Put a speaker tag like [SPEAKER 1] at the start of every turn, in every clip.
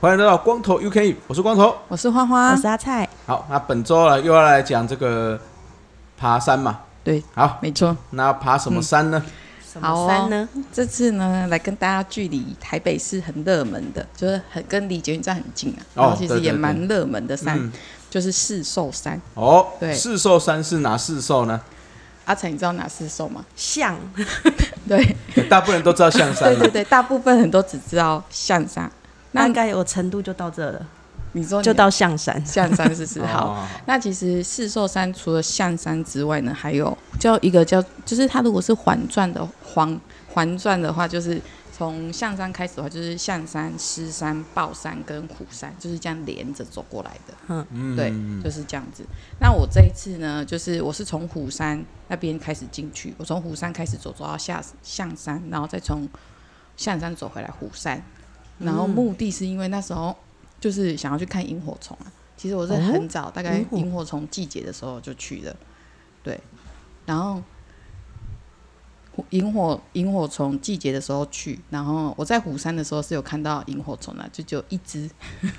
[SPEAKER 1] 欢迎来到光头 UK，我是光头。
[SPEAKER 2] 我是花花
[SPEAKER 3] 我，是阿菜，
[SPEAKER 1] 好，那本周呢又要来讲这个爬山嘛。
[SPEAKER 2] 对，
[SPEAKER 1] 好，
[SPEAKER 2] 没错。
[SPEAKER 1] 那爬什么山呢？
[SPEAKER 3] 什
[SPEAKER 2] 好
[SPEAKER 3] 么
[SPEAKER 2] 哦
[SPEAKER 3] 山呢？
[SPEAKER 2] 这次呢，来跟大家距离台北市很热门的，就是很跟离捷运站很近啊，
[SPEAKER 1] 哦
[SPEAKER 2] 然后其实
[SPEAKER 1] 对对
[SPEAKER 2] 也
[SPEAKER 1] 对
[SPEAKER 2] 蛮热门的山，
[SPEAKER 1] 嗯
[SPEAKER 2] 就是市兽山。
[SPEAKER 1] 哦，
[SPEAKER 2] 对
[SPEAKER 1] 四兽山是哪四兽呢？
[SPEAKER 2] 阿成，你知道哪市兽吗？
[SPEAKER 3] 象
[SPEAKER 2] 对，
[SPEAKER 1] 大部分人都知道象 山啊
[SPEAKER 2] 对
[SPEAKER 1] 了。
[SPEAKER 2] 对对，大部分人都只知道象山。那
[SPEAKER 3] 大概我程度就到这了，
[SPEAKER 2] 你说你
[SPEAKER 3] 就到象山。
[SPEAKER 2] 象山 是指好。
[SPEAKER 1] 哦
[SPEAKER 2] 那其实市兽山除了象山之外呢，还有叫一个叫，就是它如果是环转的环环转的话，就是从象山开始的话，就是象山、狮山、豹山跟虎山，就是这样连着走过来的。
[SPEAKER 1] 嗯
[SPEAKER 2] 对，就是这样子。那我这一次呢，就是我是从虎山那边开始进去，我从虎山开始走，走到下象山，然后再从象山走回来虎山。然
[SPEAKER 3] 嗯
[SPEAKER 2] 后目的是因为那时候就是想要去看萤火虫啊。其实我是
[SPEAKER 3] 哦
[SPEAKER 2] 很早，大概
[SPEAKER 3] 萤火
[SPEAKER 2] 萤火虫季节的时候就去的，对。然后虎萤火萤火虫季节的时候去，然后我在虎山的时候是有看到萤火虫的，就只有一只，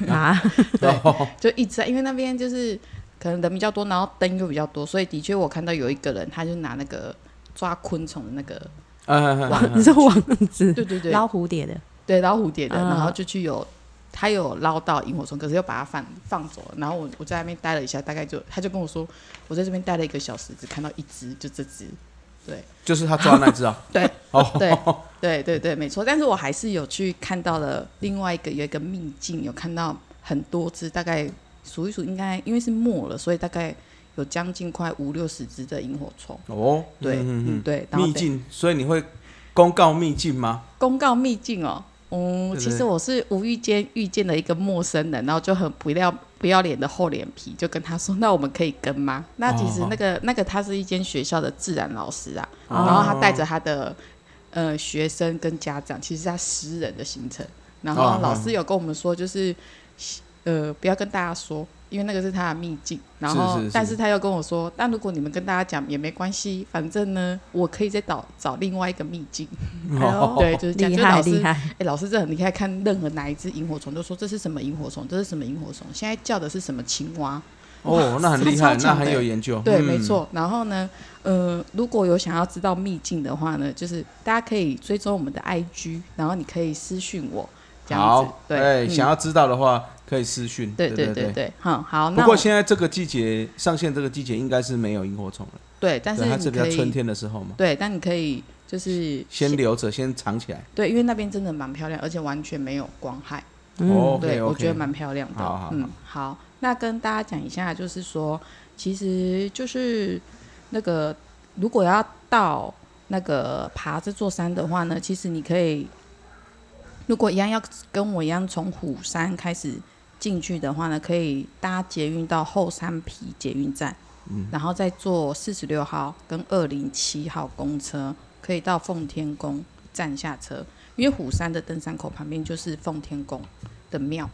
[SPEAKER 3] 啊，
[SPEAKER 2] 对
[SPEAKER 1] 哦
[SPEAKER 2] 就一直在，因为那边就是可能人比较多，然后灯又比较多，所以的确我看到有一个人，他就拿那个抓昆虫的那个，
[SPEAKER 1] 嗯
[SPEAKER 2] 哇
[SPEAKER 3] 你是王子
[SPEAKER 2] 对对对，
[SPEAKER 3] 捞蝴蝶的，
[SPEAKER 2] 对老蝴蝶的，
[SPEAKER 3] 嗯
[SPEAKER 2] 然后就去有他有捞到萤火虫，可是又把它放放走了。然后我我在那边待了一下，大概就他就跟我说，我在这边待了一个小时，只看到一只，就 这只。
[SPEAKER 1] 就是他抓那只啊。
[SPEAKER 2] 对
[SPEAKER 1] 哦，
[SPEAKER 2] 对对对对，没错。但是我还是有去看到了另外一个有一个秘境，有看到很多只，大概数一数，应该因为是末了，所以大概有将近快五六十只的萤火虫。
[SPEAKER 1] 哦，
[SPEAKER 2] 对，嗯
[SPEAKER 1] 嗯嗯
[SPEAKER 2] 对，
[SPEAKER 1] 嗯
[SPEAKER 2] 然后
[SPEAKER 1] 秘境，所以你会公告秘境吗？
[SPEAKER 2] 公告秘境哦。嗯，
[SPEAKER 1] 对对
[SPEAKER 2] 其实我是无意间遇见了一个陌生人，然后就很不要不要脸的厚脸皮，就跟他说：“那我们可以跟吗？”那其实
[SPEAKER 1] 哦
[SPEAKER 2] 那个、那个他是一间学校的自然老师啊，
[SPEAKER 1] 哦
[SPEAKER 2] 然后他带着他的呃学生跟家长，其实是他私人的行程。然
[SPEAKER 1] 哦
[SPEAKER 2] 后老师有跟我们说，就是呃不要跟大家说，因为那个是他的秘境。然后，
[SPEAKER 1] 是是是
[SPEAKER 2] 但是他又跟我说，但如果你们跟大家讲也没关系，反正呢，我可以再找找另外一个秘境。
[SPEAKER 1] 哦，
[SPEAKER 2] 对，就是这样。
[SPEAKER 3] 厉
[SPEAKER 2] 就
[SPEAKER 3] 害
[SPEAKER 2] 老师
[SPEAKER 3] 厉害，
[SPEAKER 2] 哎、老师这很厉害，看任何哪一只萤火虫，就说这是什么萤火虫，这是什么萤火虫，现在叫的是什么青蛙。
[SPEAKER 1] 哦，那很厉
[SPEAKER 2] 哇
[SPEAKER 1] 害
[SPEAKER 2] 超，强
[SPEAKER 1] 那
[SPEAKER 2] 的
[SPEAKER 1] 很有研究。
[SPEAKER 2] 对，
[SPEAKER 1] 嗯
[SPEAKER 2] 没。错。然后呢，呃，如果有想要知道秘境的话呢，就是大家可以追踪我们的 IG，然后你可以私讯我这样子
[SPEAKER 1] 好。，
[SPEAKER 2] 对，
[SPEAKER 1] 哎，
[SPEAKER 2] 嗯
[SPEAKER 1] 想要知道的话可以私讯。
[SPEAKER 2] 对
[SPEAKER 1] 对
[SPEAKER 2] 对对对，好好。
[SPEAKER 1] 不
[SPEAKER 2] 那
[SPEAKER 1] 过
[SPEAKER 2] 我
[SPEAKER 1] 现在这个季节上线，这个季节应该是没有萤火虫了，
[SPEAKER 2] 对，但是
[SPEAKER 1] 对，它是
[SPEAKER 2] 你
[SPEAKER 1] 比较
[SPEAKER 2] 可
[SPEAKER 1] 春
[SPEAKER 2] 以
[SPEAKER 1] 天的时候嘛，
[SPEAKER 2] 对，但你可以就是
[SPEAKER 1] 先留着，先藏起来。
[SPEAKER 2] 对，因为那边真的蛮漂亮，而且完全没有光害。
[SPEAKER 3] 嗯
[SPEAKER 1] 哦，
[SPEAKER 2] 对
[SPEAKER 1] OK，OK
[SPEAKER 2] 我觉得蛮漂亮的。
[SPEAKER 1] 好好
[SPEAKER 2] 嗯，好，那跟大家讲一下，就是说，其实就是那个，如果要到那个爬这座山的话呢，其实你可以，如果一样要跟我一样从虎山开始进去的话呢，可以搭捷运到后山皮捷运站，
[SPEAKER 1] 嗯
[SPEAKER 2] 然后再坐四十六号跟二零七号公车，可以到奉天宫站下车，因为虎山的登山口旁边就是奉天宫的庙，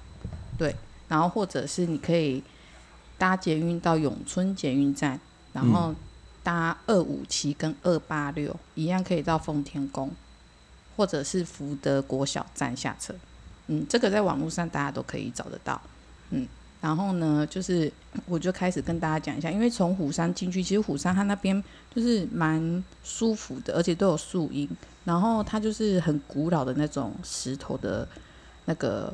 [SPEAKER 2] 对，然后或者是你可以搭捷运到永春捷运站，然后搭二五七跟二八六一样可以到奉天宫，或者是福德国小站下车。嗯，这个在网络上大家都可以找得到。嗯，然后呢，就是我就开始跟大家讲一下，因为从虎山进去，其实虎山它那边就是蛮舒服的，而且都有树荫，然后它就是很古老的那种石头的那个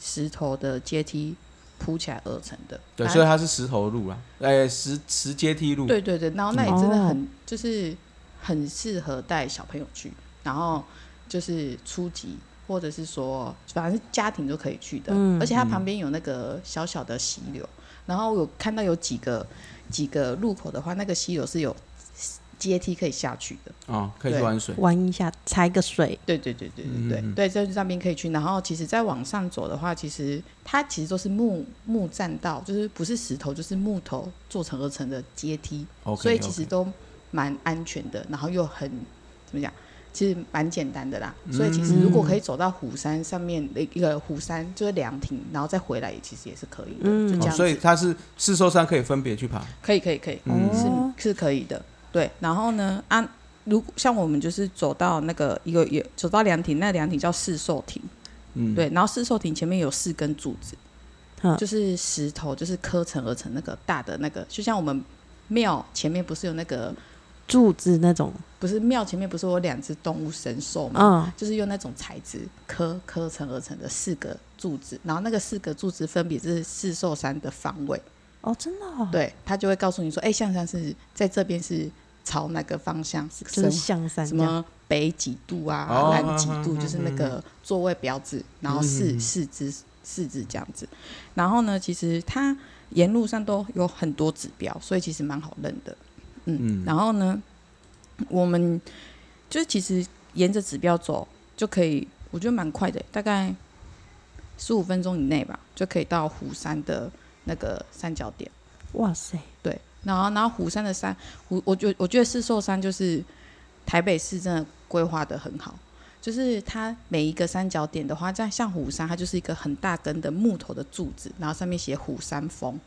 [SPEAKER 2] 石头的阶梯铺起来而成的。
[SPEAKER 1] 对，
[SPEAKER 2] 反
[SPEAKER 1] 所以它是石头路啦，哎，石石阶梯路。
[SPEAKER 2] 对对对，然后那里真的
[SPEAKER 3] 哦
[SPEAKER 2] 很、就是很适合带小朋友去，然后就是初级或者是说反正家庭都可以去的，
[SPEAKER 3] 嗯
[SPEAKER 2] 而且它
[SPEAKER 1] 嗯
[SPEAKER 2] 旁边有那个小小的溪流，然后我有看到有几个几个路口的话，那个溪流是有阶梯可以下去的。
[SPEAKER 1] 啊，可以去
[SPEAKER 2] 对
[SPEAKER 1] 玩水。
[SPEAKER 3] 玩一下，踩个水，
[SPEAKER 2] 对对对对对对、
[SPEAKER 1] 嗯嗯嗯
[SPEAKER 2] 对，在上面可以去。然后其实再往上走的话，其实它其实都是木木栈道，就是不是石头，就是木头做成而成的阶梯。
[SPEAKER 1] OK，
[SPEAKER 2] 所以其实
[SPEAKER 1] OK
[SPEAKER 2] 都蛮安全的，然后又很怎么讲？其实蛮简单的啦，
[SPEAKER 1] 嗯
[SPEAKER 2] 所以其实如果可以走到虎山上面的一个虎山，就是凉亭，然后再回来，其实也是可以的。就这
[SPEAKER 1] 哦
[SPEAKER 2] 样子，
[SPEAKER 1] 所以它是四兽山可以分别去爬。
[SPEAKER 2] 可以可以可以，
[SPEAKER 1] 嗯
[SPEAKER 3] 哦
[SPEAKER 2] 是是可以的。对，然后呢啊，如果像我们就是走到那个一个也走到凉亭，那凉亭叫四兽亭，
[SPEAKER 1] 嗯，
[SPEAKER 2] 对，然后四兽亭前面有四根柱子，
[SPEAKER 3] 嗯
[SPEAKER 2] 就是石头，就是刻成而成那个大的那个，就像我们庙前面不是有那个，
[SPEAKER 3] 柱子那种，
[SPEAKER 2] 不是庙前面不是有两只动物神兽吗？
[SPEAKER 3] 嗯，
[SPEAKER 2] 就是用那种材质刻刻成而成的四个柱子，然后那个四个柱子分别是四兽山的方位，
[SPEAKER 3] 哦，真的、哦，
[SPEAKER 2] 对他就会告诉你说，哎、象山是在这边是朝哪个方向，是
[SPEAKER 3] 就是象山
[SPEAKER 2] 什
[SPEAKER 3] 这样，
[SPEAKER 2] 么北几度啊、
[SPEAKER 1] 哦嗯
[SPEAKER 2] 南几度，
[SPEAKER 1] 嗯嗯
[SPEAKER 2] 就是那个座位标
[SPEAKER 3] 嗯
[SPEAKER 2] 志，然后四四只四只这样子。然后呢，其实它沿路上都有很多指标，所以其实蛮好认的。嗯，然后呢，我们就是其实沿着指标走就可以，我觉得蛮快的，大概十五分钟以内吧，就可以到虎山的那个山脚点。
[SPEAKER 3] 哇塞，
[SPEAKER 2] 对，然后然后虎山的山，虎我觉我觉得四兽山就是台北市真的规划的很好，就是它每一个山脚点的话，像像虎山，它就是一个很大根的木头的柱子，然后上面写虎山峰。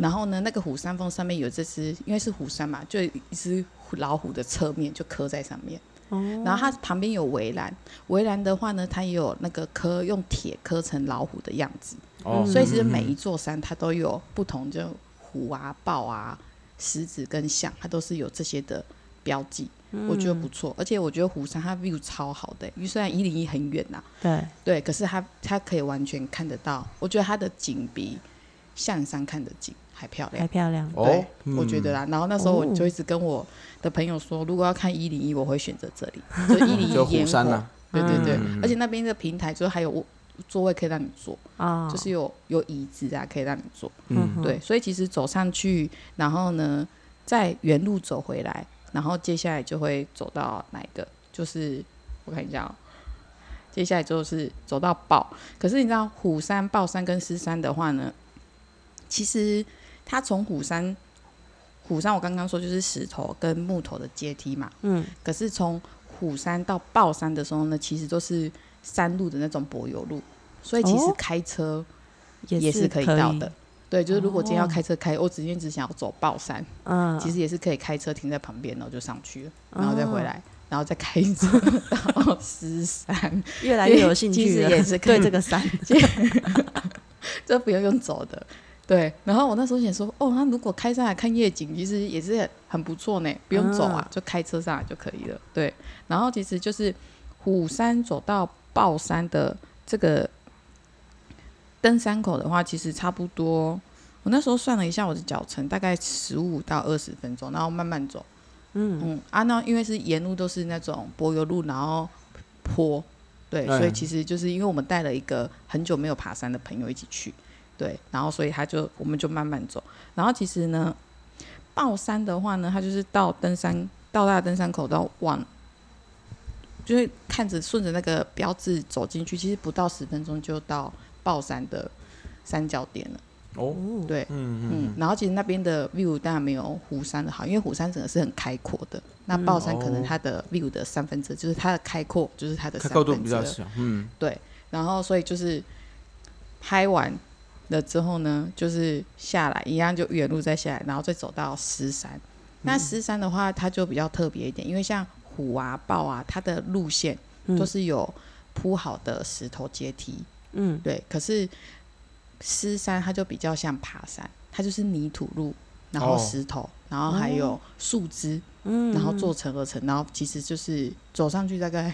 [SPEAKER 2] 然后呢，那个虎山峰上面有这只，因为是虎山嘛，就一只老虎的侧面就刻在上面。
[SPEAKER 3] 哦
[SPEAKER 2] 然后它旁边有围栏，围栏的话呢，它也有那个刻用铁刻成老虎的样子。
[SPEAKER 1] 哦，
[SPEAKER 2] 所以其实每
[SPEAKER 3] 嗯
[SPEAKER 2] 一座山它都有不同，就虎啊、豹啊、狮子跟象，它都是有这些的标记，我觉得
[SPEAKER 3] 嗯
[SPEAKER 2] 不错。而且我觉得虎山它 view 超好的、因为虽然一零一很远呐、
[SPEAKER 3] 对，
[SPEAKER 2] 对，可是它它可以完全看得到，我觉得它的景比象山看的景还漂亮
[SPEAKER 3] 还。嗯哦漂亮，
[SPEAKER 1] 哦
[SPEAKER 2] 对，，我觉得啦。然后那时候我就一直跟我的朋友说，如果要看一零一，我会选择这里，就一零
[SPEAKER 1] 嗯就
[SPEAKER 2] 一
[SPEAKER 1] 虎
[SPEAKER 2] 烟
[SPEAKER 1] 山
[SPEAKER 2] 火
[SPEAKER 1] 呐。，
[SPEAKER 2] 对对对，
[SPEAKER 1] 嗯
[SPEAKER 2] 而且那边的平台就是还有座位可以让你坐。
[SPEAKER 3] 啊、哦，
[SPEAKER 2] 就是有有椅子啊，可以让你坐。
[SPEAKER 1] 嗯，
[SPEAKER 2] 对，所以其实走上去，然后呢，再原路走回来，然后接下来就会走到哪一个？就是我看一下哦、接下来就是走到豹。可是你知道虎山、豹山跟狮山的话呢，其实它从虎山。虎山，我刚刚说就是石头跟木头的阶梯嘛，
[SPEAKER 3] 嗯，
[SPEAKER 2] 可是从虎山到豹山的时候呢，其实都是山路的那种柏油路，所以其实
[SPEAKER 3] 哦
[SPEAKER 2] 开车
[SPEAKER 3] 也
[SPEAKER 2] 是可
[SPEAKER 3] 可哦
[SPEAKER 2] 以到的，。对，就是如果今天要开车开，我只因为只想要走豹山，
[SPEAKER 3] 嗯，
[SPEAKER 2] 其实也是可以开车停在旁边，然后就上去了，然后再
[SPEAKER 3] 哦
[SPEAKER 2] 回来，然后再开车到狮山，
[SPEAKER 3] 越来越有兴
[SPEAKER 2] 其
[SPEAKER 3] 趣
[SPEAKER 2] 实
[SPEAKER 3] 了，
[SPEAKER 2] 也是可以
[SPEAKER 3] 对这个山，
[SPEAKER 2] 这不用用走的。对，然后我那时候想说，哦，那如果开上来看夜景，其实也是很不错呢，不用走啊，
[SPEAKER 3] 啊
[SPEAKER 2] 就开车上来就可以了。对，然后其实就是虎山走到豹山的这个登山口的话，其实差不多，我那时候算了一下我的脚程，大概十五到二十分钟，然后慢慢走。嗯嗯，啊，那因为是沿路都是那种柏油路，然后坡，对，
[SPEAKER 1] 嗯
[SPEAKER 2] 所以其实就是因为我们带了一个很久没有爬山的朋友一起去，对，然后所以他就我们就慢慢走，然后其实呢，豹山的话呢，它就是到登山到大登山口到往。就是看着顺着那个标志走进去，其实不到十分钟就到豹山的山脚点了。
[SPEAKER 1] 哦，
[SPEAKER 2] 对，
[SPEAKER 1] 嗯嗯，
[SPEAKER 2] 嗯，然后其实那边的 view 当然没有虎山的好，因为虎山整个是很开阔的，那
[SPEAKER 1] 嗯
[SPEAKER 2] 豹山可能它的 view 的三分之，就是它的开阔，就是它的
[SPEAKER 1] 开
[SPEAKER 2] 三
[SPEAKER 1] 高度
[SPEAKER 2] 分
[SPEAKER 1] 比
[SPEAKER 2] 之
[SPEAKER 1] 较
[SPEAKER 2] 二。
[SPEAKER 1] 小，嗯，
[SPEAKER 2] 然后所以就是拍完了之后呢，就是下来一样就原路再下来，然后再走到狮山。那
[SPEAKER 1] 嗯
[SPEAKER 2] 狮山的话，它就比较特别一点，因为像虎啊、豹啊，它的路线
[SPEAKER 1] 嗯
[SPEAKER 2] 都是有铺好的石头阶梯，
[SPEAKER 3] 嗯，
[SPEAKER 2] 对，可是狮山它就比较像爬山，它就是泥土路，然后
[SPEAKER 1] 哦
[SPEAKER 2] 石头，然后还有树枝，
[SPEAKER 3] 哦嗯，
[SPEAKER 2] 然后做成而成，然后其实就是走上去大概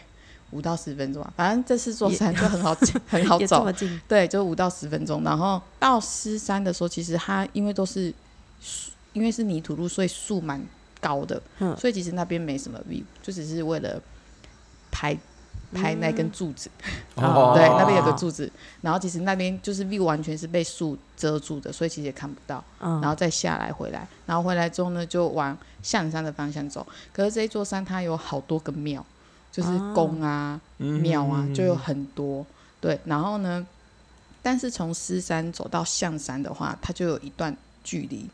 [SPEAKER 2] 五到十分钟吧，反正这次座山就很好很 好
[SPEAKER 3] 也这
[SPEAKER 2] 走
[SPEAKER 3] 么，近，
[SPEAKER 2] 对，就五到十分钟。然后到狮山的时候，其实它因为都是树，因为是泥土路，所以树蛮高的，
[SPEAKER 3] 嗯
[SPEAKER 2] 所以其实那边没什么 view，就只是为了拍拍那
[SPEAKER 3] 嗯
[SPEAKER 2] 根柱子。
[SPEAKER 1] 哦，
[SPEAKER 2] 啊对，那边有个柱子，然后其实那边就是 view 完全是被树遮住的，所以其实也看不到。
[SPEAKER 3] 嗯，
[SPEAKER 2] 然后再下来回来，然后回来之后呢，就往象山的方向走。可是这一座山它有好多个庙，就是宫啊、庙啊，
[SPEAKER 1] 嗯
[SPEAKER 2] 就有很多。对，然后呢，但是从狮山走到象山的话，它就有一段距离，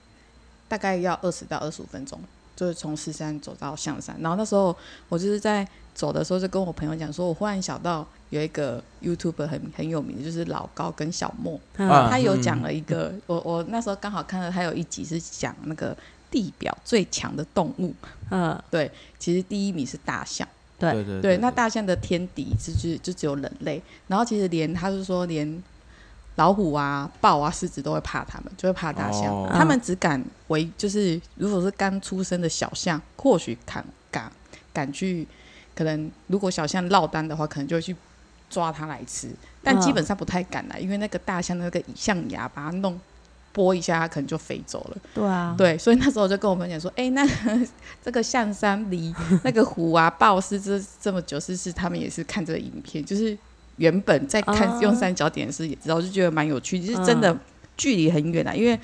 [SPEAKER 2] 大概要二十到二十五分钟。就是从石山走到象山。然后那时候我就是在走的时候，就跟我朋友讲说，我忽然想到有一个 YouTuber 很很有名的，就是老高跟小莫，
[SPEAKER 3] 嗯
[SPEAKER 1] 啊
[SPEAKER 2] 他有讲了一个，我我那时候刚好看了他有一集是讲那个地表最强的动物，
[SPEAKER 3] 嗯，
[SPEAKER 2] 其实第一名是大象。
[SPEAKER 3] 对
[SPEAKER 1] 对对
[SPEAKER 2] 对，那大象的天敌就是就只有人类，然后其实连他就说连老虎啊、豹啊、狮子都会怕他们，就会怕大啊象，
[SPEAKER 1] 哦
[SPEAKER 2] 他们只敢为就是如果是刚出生的小象，或许敢敢敢去，可能如果小象落单的话，可能就会去。抓它来吃，但
[SPEAKER 3] 嗯
[SPEAKER 2] 基本上不太敢啦，因为那个大象那个象牙把它弄拨一下，它可能就飞走了。
[SPEAKER 3] 对啊，
[SPEAKER 2] 对，所以那时候我就跟我朋友讲说，哎、那 这个象山离那个湖啊、暴狮这这么久，是是他们也是看这个影片，就是原本在看、
[SPEAKER 3] 哦
[SPEAKER 2] 用三角点的时候也知道，就觉得蛮有趣，就是真的距离很远啊，因为。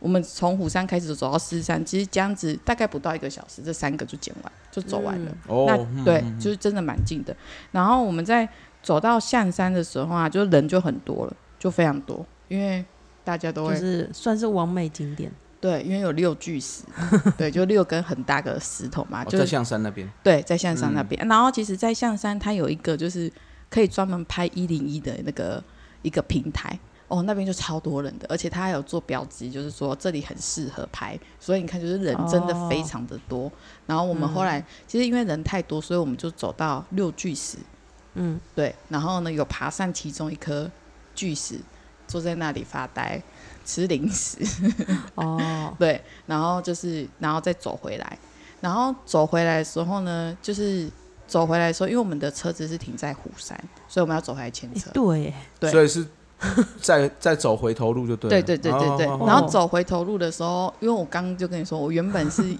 [SPEAKER 2] 我们从虎山开始走到狮山，其实这样子大概不到一个小时，这三个就剪完，就走完了。
[SPEAKER 1] 哦
[SPEAKER 2] 那、
[SPEAKER 1] 嗯
[SPEAKER 2] 对，
[SPEAKER 1] 嗯
[SPEAKER 2] 就是真的蛮近的。然后我们在走到象山的时候啊，就人就很多了，就非常多，因为大家都会
[SPEAKER 3] 就是算是完美景点，
[SPEAKER 2] 对，因为有六巨石， 对，就六根很大个石头嘛，
[SPEAKER 1] 哦
[SPEAKER 2] 就
[SPEAKER 1] 在
[SPEAKER 2] 是、
[SPEAKER 1] 象嗯山那边
[SPEAKER 2] 对，在象山那边。然后其实，在象山它有一个就是可以专门拍一零一的那个一个平台。哦，那边就超多人的，而且它还有做标志，就是说这里很适合拍，所以你看，就是人真的
[SPEAKER 1] 哦
[SPEAKER 2] 非常的多。然后我们
[SPEAKER 1] 嗯
[SPEAKER 2] 后来、其实因为人太多，所以我们就走到六巨石，
[SPEAKER 3] 嗯，
[SPEAKER 2] 对，然后呢有爬上其中一颗巨石，坐在那里发呆，吃零食，
[SPEAKER 3] 哦，
[SPEAKER 2] 对，然后就是然后再走回来，然后走回来的时候呢，就是走回来的时候，因为我们的车子是停在虎山，所以我们要走回来牵
[SPEAKER 3] 诶
[SPEAKER 1] 哎
[SPEAKER 2] 车。
[SPEAKER 3] 对耶，
[SPEAKER 2] 对
[SPEAKER 1] 所以是再再走回头路就对了。
[SPEAKER 2] 对对对对对
[SPEAKER 1] 哦哦哦，
[SPEAKER 2] 然后走回头路的时候，因为我刚刚就跟你说，我原本是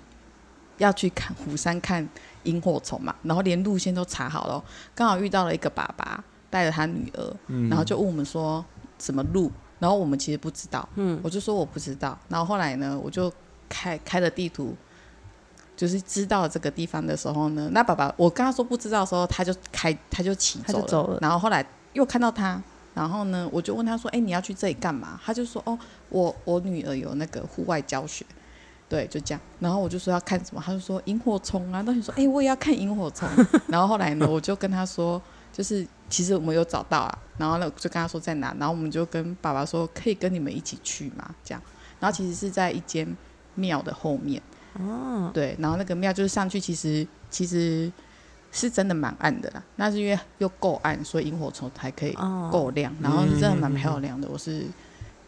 [SPEAKER 2] 要去看虎山看萤火虫嘛，然后连路线都查好了哦，刚好遇到了一个爸爸带着他女儿，
[SPEAKER 1] 嗯
[SPEAKER 2] 然后就问我们说什么路，然后我们其实不知道，
[SPEAKER 3] 嗯
[SPEAKER 2] 我就说我不知道，然后后来呢，我就开开了地图，就是知道这个地方的时候呢，那爸爸我跟他说不知道的时候，他就开他就骑
[SPEAKER 3] 他
[SPEAKER 2] 走
[SPEAKER 3] 就
[SPEAKER 2] 了，
[SPEAKER 3] 走了
[SPEAKER 2] 然后后来又看到他，然后呢，我就问他说，哎、你要去这里干嘛？他就说，哦，我我女儿有那个户外教学。对，就这样。然后我就说要看什么，他就说萤火虫啊。当时说，哎、我也要看萤火虫。 然后后来呢，我就跟他说，就是其实我们有找到啊，然后呢就跟他说在哪，然后我们就跟爸爸说可以跟你们一起去嘛，这样。然后其实是在一间庙的后面，
[SPEAKER 3] 哦，
[SPEAKER 2] 对，然后那个庙就是上去，其实其实是真的蛮暗的啦。那是因为又够暗，所以萤火虫才可以
[SPEAKER 3] 哦
[SPEAKER 2] 够亮，然后是真的蛮漂亮的。我是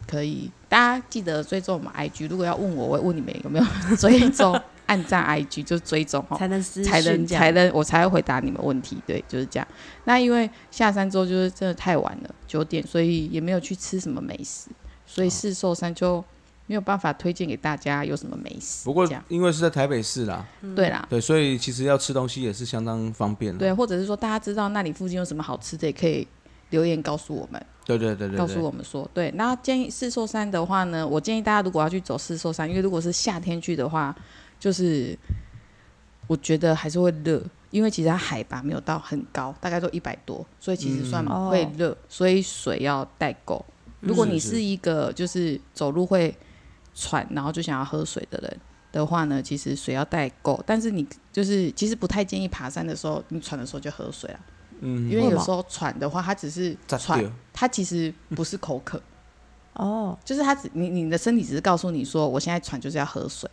[SPEAKER 2] 可以，大家记得追踪我们 IG。如果要问我，我会问你们有没有追踪、按赞 IG，就追踪哦。
[SPEAKER 3] 才能私
[SPEAKER 2] 才能
[SPEAKER 3] 讯这样
[SPEAKER 2] 才能我才会回答你们问题，对，就是这样。那因为下山之后就是真的太晚了，九点，所以也没有去吃什么美食，所
[SPEAKER 1] 哦
[SPEAKER 2] 以四寿山就没有办法推荐给大家有什么美食。
[SPEAKER 1] 不过
[SPEAKER 2] 这样
[SPEAKER 1] 因为是在台北市啦，
[SPEAKER 3] 嗯
[SPEAKER 2] 对啦，
[SPEAKER 1] 对，所以其实要吃东西也是相当方便的。
[SPEAKER 2] 对，或者是说大家知道那里附近有什么好吃的，也可以留言告诉我们，
[SPEAKER 1] 对对对对对，
[SPEAKER 2] 告诉我们说。对，那建议四寿山的话呢，我建议大家如果要去走四寿山，因为如果是夏天去的话，就是我觉得还是会热，因为其实它海拔没有到很高，大概都一百多，所以其实算
[SPEAKER 3] 嗯
[SPEAKER 2] 会热，所以水要带够。如果你
[SPEAKER 1] 嗯是
[SPEAKER 2] 是
[SPEAKER 1] 是
[SPEAKER 2] 一个就是走路会喘，然后就想要喝水的人的话呢，其实水要带够。但是你就是其实不太建议爬山的时候，你喘的时候就喝水啊，
[SPEAKER 1] 嗯，
[SPEAKER 2] 因为有时候喘的话，它只是
[SPEAKER 1] 炸
[SPEAKER 2] 喘
[SPEAKER 1] 掉，
[SPEAKER 2] 它其实不是口渴，
[SPEAKER 3] 哦，
[SPEAKER 2] 就是它只你你的身体只是告诉你说，我现在喘就是要喝水，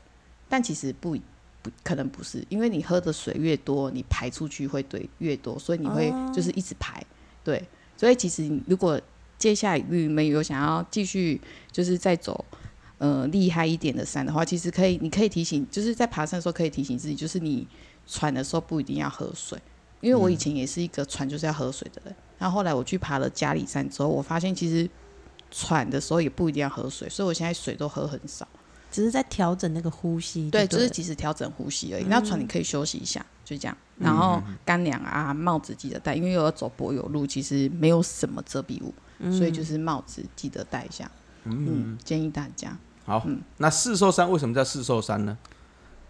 [SPEAKER 2] 但其实不不可能不是，因为你喝的水越多，你排出去会对越多，所以你会
[SPEAKER 3] 哦
[SPEAKER 2] 就是一直排，对，所以其实你如果接下来你们有想要继续就是再走。呃，厉害一点的山的话，其实可以，你可以提醒，就是在爬山的时候可以提醒自己，就是你喘的时候不一定要喝水，因为我以前也是一个喘就是要喝水的人，然后后来我去爬了嘉里山之后，我发现其实喘的时候也不一定要喝水，所以我现在水都喝很少。
[SPEAKER 3] 只是在调整那个呼吸，
[SPEAKER 2] 对，
[SPEAKER 3] 就
[SPEAKER 2] 就
[SPEAKER 3] 对
[SPEAKER 2] 是
[SPEAKER 3] 了
[SPEAKER 2] 及时调整呼吸而已。那
[SPEAKER 1] 嗯
[SPEAKER 2] 喘你可以休息一下，就这样。然后干粮啊、帽子记得戴，因为又要走柏油路，其实没有什么遮蔽物，
[SPEAKER 1] 嗯
[SPEAKER 2] 所以就是帽子记得戴一下。嗯，建议大家。
[SPEAKER 1] 好，那四兽山为什么叫四兽山呢？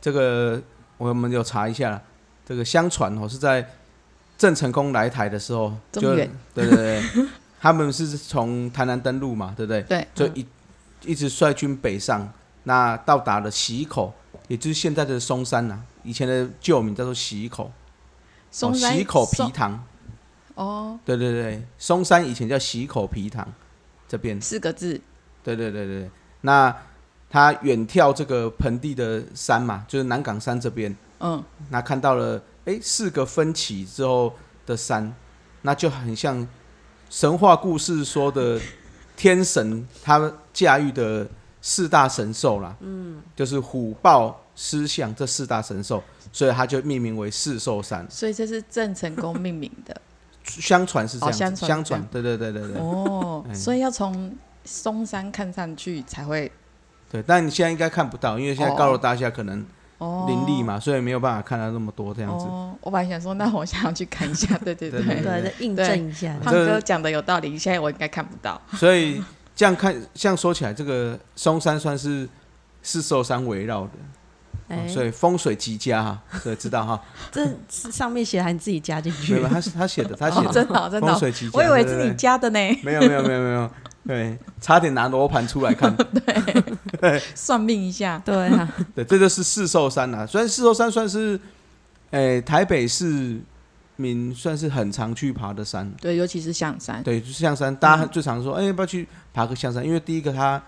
[SPEAKER 1] 这个我们有查一下啦，这个相传哦是在郑成功来台的时候，
[SPEAKER 2] 这
[SPEAKER 1] 就
[SPEAKER 2] 么
[SPEAKER 1] 对
[SPEAKER 2] 远
[SPEAKER 1] 对对， 他们是从台南登
[SPEAKER 2] 嗯
[SPEAKER 1] 陆嘛，对不对？
[SPEAKER 2] 对，
[SPEAKER 1] 就一、一直率军北上，那到达了溪口，也就是现在的松山呐、以前的旧名叫做喜口，
[SPEAKER 2] 松
[SPEAKER 1] 哦、
[SPEAKER 2] 山
[SPEAKER 1] 喜口皮
[SPEAKER 2] 松
[SPEAKER 1] 糖，
[SPEAKER 2] 哦，
[SPEAKER 1] 对对对，松山以前叫喜口皮糖，这边
[SPEAKER 2] 四个字，
[SPEAKER 1] 对对对对，对那他远眺这个盆地的山嘛，就是南港山这边，
[SPEAKER 2] 嗯，
[SPEAKER 1] 那看到了诶四个分歧之后的山，那就很像神话故事说的天神他驾驭的四大神兽啦，嗯，就是虎豹狮象这四大神兽，所以他就命名为四兽山。
[SPEAKER 2] 所以这是郑成功命名的
[SPEAKER 1] 哦相传是这
[SPEAKER 2] 哦
[SPEAKER 1] 样子，相
[SPEAKER 2] 相传是这样
[SPEAKER 1] 传，对对对 对哎对、
[SPEAKER 2] 哦，所以要从松山看上去才会
[SPEAKER 1] 对，但你现在应该看不到，因为现在
[SPEAKER 2] 哦
[SPEAKER 1] 高楼大厦可能
[SPEAKER 2] 哦
[SPEAKER 1] 林立嘛，所以没有办法看到那么多这样子。
[SPEAKER 2] 哦，我本来想说，那我想要去看一下，对 对
[SPEAKER 1] 对
[SPEAKER 2] 对
[SPEAKER 3] 嗯对，再印证一下。
[SPEAKER 1] 对
[SPEAKER 2] 胖哥讲的有道理，现在我应该看不到。
[SPEAKER 1] 所以这样看，这样说起来，这个松山算是四兽山围绕的、哦
[SPEAKER 3] 哎，
[SPEAKER 1] 所以风水极佳哈、所以知道 哈，
[SPEAKER 3] 这是上面写的还你自己加进去
[SPEAKER 1] 对吧？？他是他写的，他写
[SPEAKER 2] 哦，
[SPEAKER 1] 的、
[SPEAKER 2] 真的哦真的
[SPEAKER 1] 风
[SPEAKER 2] 哦，
[SPEAKER 1] 水极佳，
[SPEAKER 2] 我以为
[SPEAKER 1] 对
[SPEAKER 2] 是
[SPEAKER 1] 不对
[SPEAKER 2] 你家的呢，
[SPEAKER 1] 没有没有没有没有，对，差点拿罗盘出来 看，
[SPEAKER 2] 算命一下。
[SPEAKER 3] 对啊，
[SPEAKER 1] 对，这就是四兽山啊。虽然四兽山算是，诶、台北市民算是很常去爬的山，啊
[SPEAKER 2] 对，尤其是象山，
[SPEAKER 1] 对，就是象山，大
[SPEAKER 2] 嗯
[SPEAKER 1] 家最常说，哎、要不要去爬个象山？因为第一个它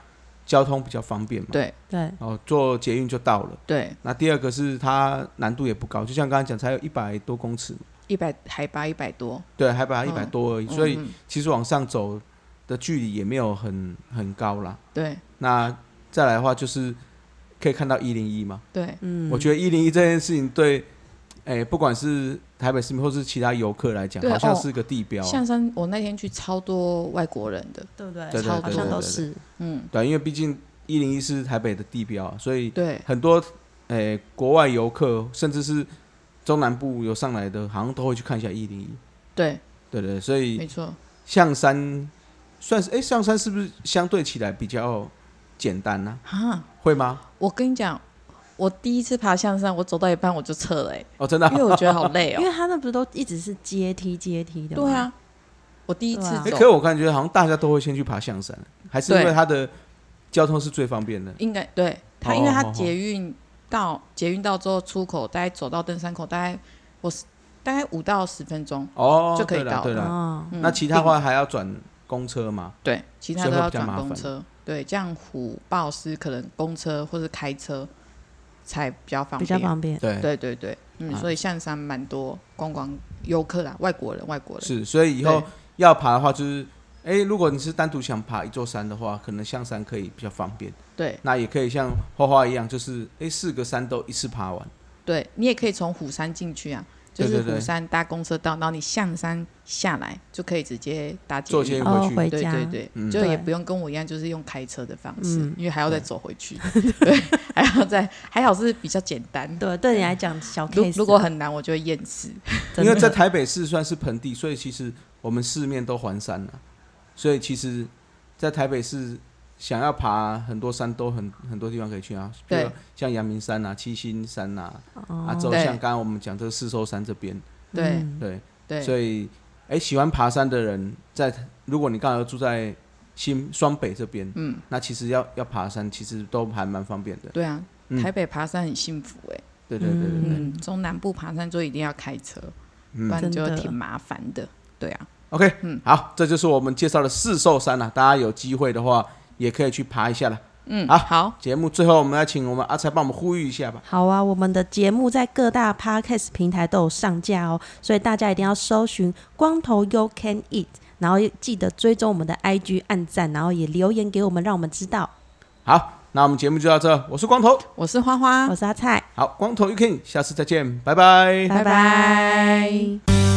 [SPEAKER 1] 交通比较方便嘛，
[SPEAKER 2] 对
[SPEAKER 3] 对，
[SPEAKER 1] 哦，坐捷运就到了。
[SPEAKER 2] 对，
[SPEAKER 1] 那第二个是它难度也不高，就像刚刚讲，才有一百多公尺嘛，
[SPEAKER 2] 一百海拔一百多，
[SPEAKER 1] 对，海拔一百
[SPEAKER 2] 嗯
[SPEAKER 1] 多而已，所以
[SPEAKER 2] 嗯嗯
[SPEAKER 1] 其实往上走的距离也没有很很高啦。
[SPEAKER 2] 对
[SPEAKER 1] 那再来的话就是可以看到一零一嘛，
[SPEAKER 2] 对
[SPEAKER 3] 嗯，
[SPEAKER 1] 我觉得一零一这件事情对，哎、不管是台北市民或是其他游客来讲，
[SPEAKER 2] 对
[SPEAKER 1] 好像
[SPEAKER 2] 哦
[SPEAKER 1] 是个地标、啊，
[SPEAKER 2] 象山，我那天去超多外国人的，
[SPEAKER 3] 对不对
[SPEAKER 1] 对对
[SPEAKER 3] 好像
[SPEAKER 2] 对
[SPEAKER 3] 都
[SPEAKER 1] 对
[SPEAKER 3] 是
[SPEAKER 2] 嗯，
[SPEAKER 1] 对，因为毕竟一零一是台北的地标、啊，所以
[SPEAKER 2] 对
[SPEAKER 1] 很多诶、呃国外游客，甚至是中南部有上来的，好像都会去看一下一零一。
[SPEAKER 2] 对，
[SPEAKER 1] 对对，所
[SPEAKER 2] 没
[SPEAKER 1] 以
[SPEAKER 2] 错，
[SPEAKER 1] 象山算是诶，象山是不是相对起来比较简单呢、
[SPEAKER 2] 啊，
[SPEAKER 1] 会吗？
[SPEAKER 2] 我跟你讲。我第一次爬象山，我走到一半我就撤了、欸，
[SPEAKER 1] 哦，真的啊、
[SPEAKER 2] 因为 我觉得好累 哦、
[SPEAKER 3] 因为他那不是都一直是阶梯阶梯的吗？哦
[SPEAKER 2] 对啊，我第一次
[SPEAKER 3] 对啊
[SPEAKER 1] 诶
[SPEAKER 2] 走
[SPEAKER 1] 可，是我感觉好像大家都会先去爬象山，还是因为
[SPEAKER 2] 对
[SPEAKER 1] 它的交通是最方便的。
[SPEAKER 2] 应该对他，
[SPEAKER 1] 哦
[SPEAKER 2] 因为他
[SPEAKER 1] 哦哦
[SPEAKER 2] 捷运到捷运到之后出口，大概走到登山口，大概我是大概五到十分钟，
[SPEAKER 1] 哦，
[SPEAKER 2] 就可以
[SPEAKER 1] 对
[SPEAKER 2] 到
[SPEAKER 1] 了
[SPEAKER 2] 了
[SPEAKER 1] 对了。
[SPEAKER 3] 哦，
[SPEAKER 2] 嗯
[SPEAKER 1] 那其他话还要转公车嘛？
[SPEAKER 2] 对，其他都
[SPEAKER 1] 所以会
[SPEAKER 2] 要
[SPEAKER 1] 比较
[SPEAKER 2] 转
[SPEAKER 1] 麻
[SPEAKER 2] 公
[SPEAKER 1] 烦
[SPEAKER 2] 车，对，这样虎豹狮可能公车或是开车才比较方
[SPEAKER 3] 比
[SPEAKER 2] 便，
[SPEAKER 3] 较方便。
[SPEAKER 1] 对，
[SPEAKER 2] 对对对，嗯，
[SPEAKER 1] 啊
[SPEAKER 2] 所以象山蛮多观光游客啦，外国人外国人，
[SPEAKER 1] 是，所以以后要爬的话，就是诶，如果你是单独想爬一座山的话，可能象山可以比较方便。
[SPEAKER 2] 对
[SPEAKER 1] 那也可以像花花一样，就是诶，四个山都一次爬完。
[SPEAKER 2] 对，你也可以从虎山进去啊。就
[SPEAKER 1] 对
[SPEAKER 2] 是
[SPEAKER 1] 对对
[SPEAKER 2] 虎山搭公车到，然后你象山下来就可以直接搭捷
[SPEAKER 1] 坐
[SPEAKER 2] 运
[SPEAKER 1] 捷运
[SPEAKER 2] 了
[SPEAKER 1] 回
[SPEAKER 3] 哦
[SPEAKER 1] 去，
[SPEAKER 3] 回
[SPEAKER 2] 对
[SPEAKER 3] 家，
[SPEAKER 2] 对对，
[SPEAKER 1] 嗯
[SPEAKER 2] 就也
[SPEAKER 3] 对
[SPEAKER 2] 不用跟我一样，就是用开车的方式，
[SPEAKER 3] 嗯
[SPEAKER 2] 因为还要再走回去， 对，还要再还好是比较简 单。
[SPEAKER 3] 对，对你来讲小
[SPEAKER 2] 如
[SPEAKER 3] case，
[SPEAKER 2] 如果很难，我就会厌世。
[SPEAKER 3] 真
[SPEAKER 1] 因为在
[SPEAKER 3] 的
[SPEAKER 1] 台北市算是盆地，所以其实我们四面都环山了、啊所以其实，在台北市想要爬很多山都很很多地方可以去啊，比如
[SPEAKER 2] 对
[SPEAKER 1] 像阳明山啊、七星山啊、啊，
[SPEAKER 3] 哦
[SPEAKER 1] 之后
[SPEAKER 2] 对
[SPEAKER 1] 像刚刚我们讲这个四兽山这边，
[SPEAKER 2] 对
[SPEAKER 3] 嗯
[SPEAKER 1] 对，
[SPEAKER 2] 对，
[SPEAKER 1] 所以哎、诶喜欢爬山的人在，如果你刚好住在新双北这边，
[SPEAKER 2] 嗯，
[SPEAKER 1] 那其实要要爬山其实都还蛮方便的，
[SPEAKER 2] 对啊，
[SPEAKER 1] 嗯
[SPEAKER 2] 台北爬山很幸福哎、
[SPEAKER 1] 对对对对对，
[SPEAKER 2] 嗯，中南部爬山就一定要开车，不
[SPEAKER 1] 嗯
[SPEAKER 2] 然就
[SPEAKER 3] 真的
[SPEAKER 2] 挺麻烦的。对啊，
[SPEAKER 1] OK，
[SPEAKER 2] 嗯
[SPEAKER 1] 好，这就是我们介绍的四兽山啊了、大家有机会的话也可以去爬一下了。
[SPEAKER 2] 嗯，
[SPEAKER 1] 好
[SPEAKER 2] 好，
[SPEAKER 1] 节目最后，我们来请我们阿才帮我们呼吁一下吧。
[SPEAKER 3] 好啊，我们的节目在各大 podcast 平台都有上架哦，所以大家一定要搜寻“光头 You Can Eat”，然后记得追踪我们的 IG 按赞，然后也留言给我们，让我们知道。
[SPEAKER 1] 好，那我们节目就到这，我是光头，
[SPEAKER 2] 我是花花
[SPEAKER 3] 我，是阿菜，
[SPEAKER 1] 好，光头 You 哎 Can，下次再见，拜拜。
[SPEAKER 2] 拜
[SPEAKER 3] 拜
[SPEAKER 2] 拜
[SPEAKER 3] 拜